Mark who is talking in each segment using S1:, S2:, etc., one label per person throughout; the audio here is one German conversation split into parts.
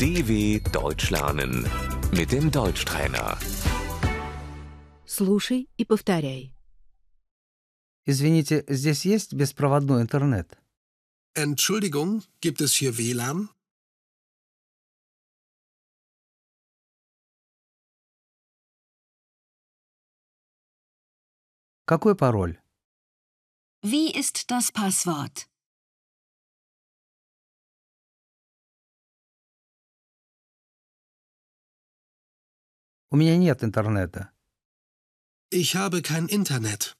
S1: DW Deutsch lernen mit dem Deutschtrainer.
S2: Слушай и повторяй.
S3: Извините, здесь есть беспроводной интернет?
S4: Entschuldigung, gibt es hier WLAN?
S3: Какой пароль?
S5: Wie ist das Passwort?
S3: У меня нет интернета.
S4: Ich habe kein Internet.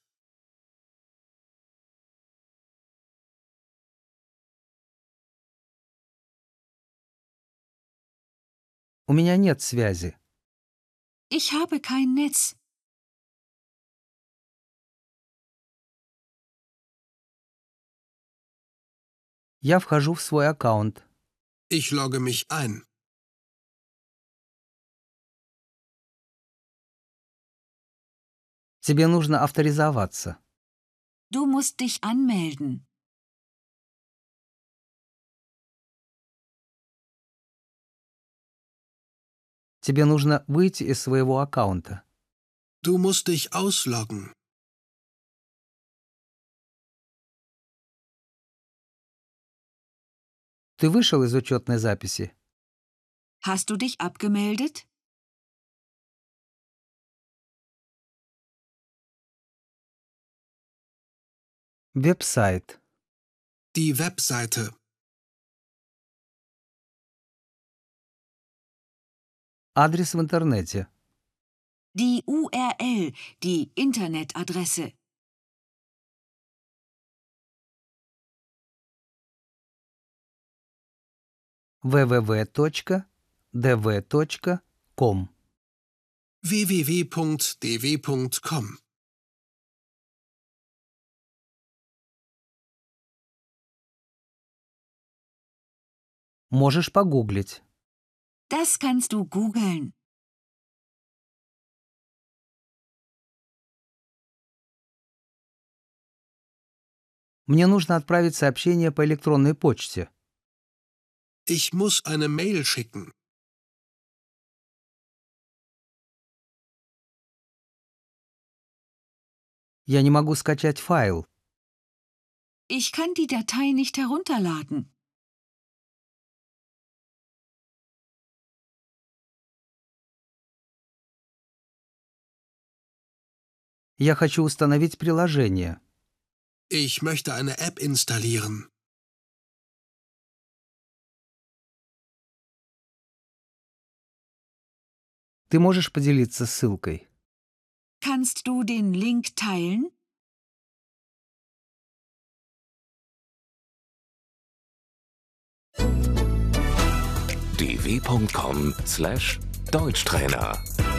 S3: У меня нет связи.
S5: Ich habe kein Netz.
S3: Я вхожу в свой аккаунт.
S4: Ich logge mich ein.
S3: Тебе нужно авторизоваться.
S5: Du musst dich anmelden.
S3: Тебе нужно выйти из своего аккаунта.
S4: Du musst dich ausloggen.
S3: Ты вышел из учетной записи?
S5: Hast du dich abgemeldet?
S3: Веб-сайт.
S4: Die Webseite.
S3: Адрес в интернете.
S5: Die URL, die Internetadresse.
S3: www.dv.com.
S4: www.dw.com.
S3: Можешь погуглить.
S5: Das kannst du googeln.
S3: Мне нужно отправить сообщение по электронной почте.
S4: Ich muss eine Mail schicken.
S3: Я не могу скачать файл.
S5: Ich kann die Datei nicht herunterladen.
S3: Я хочу установить приложение.
S4: Ich möchte eine App installieren.
S3: Ты можешь поделиться ссылкой?
S5: Kannst du den Link teilen?
S1: dw.com/deutschtrainer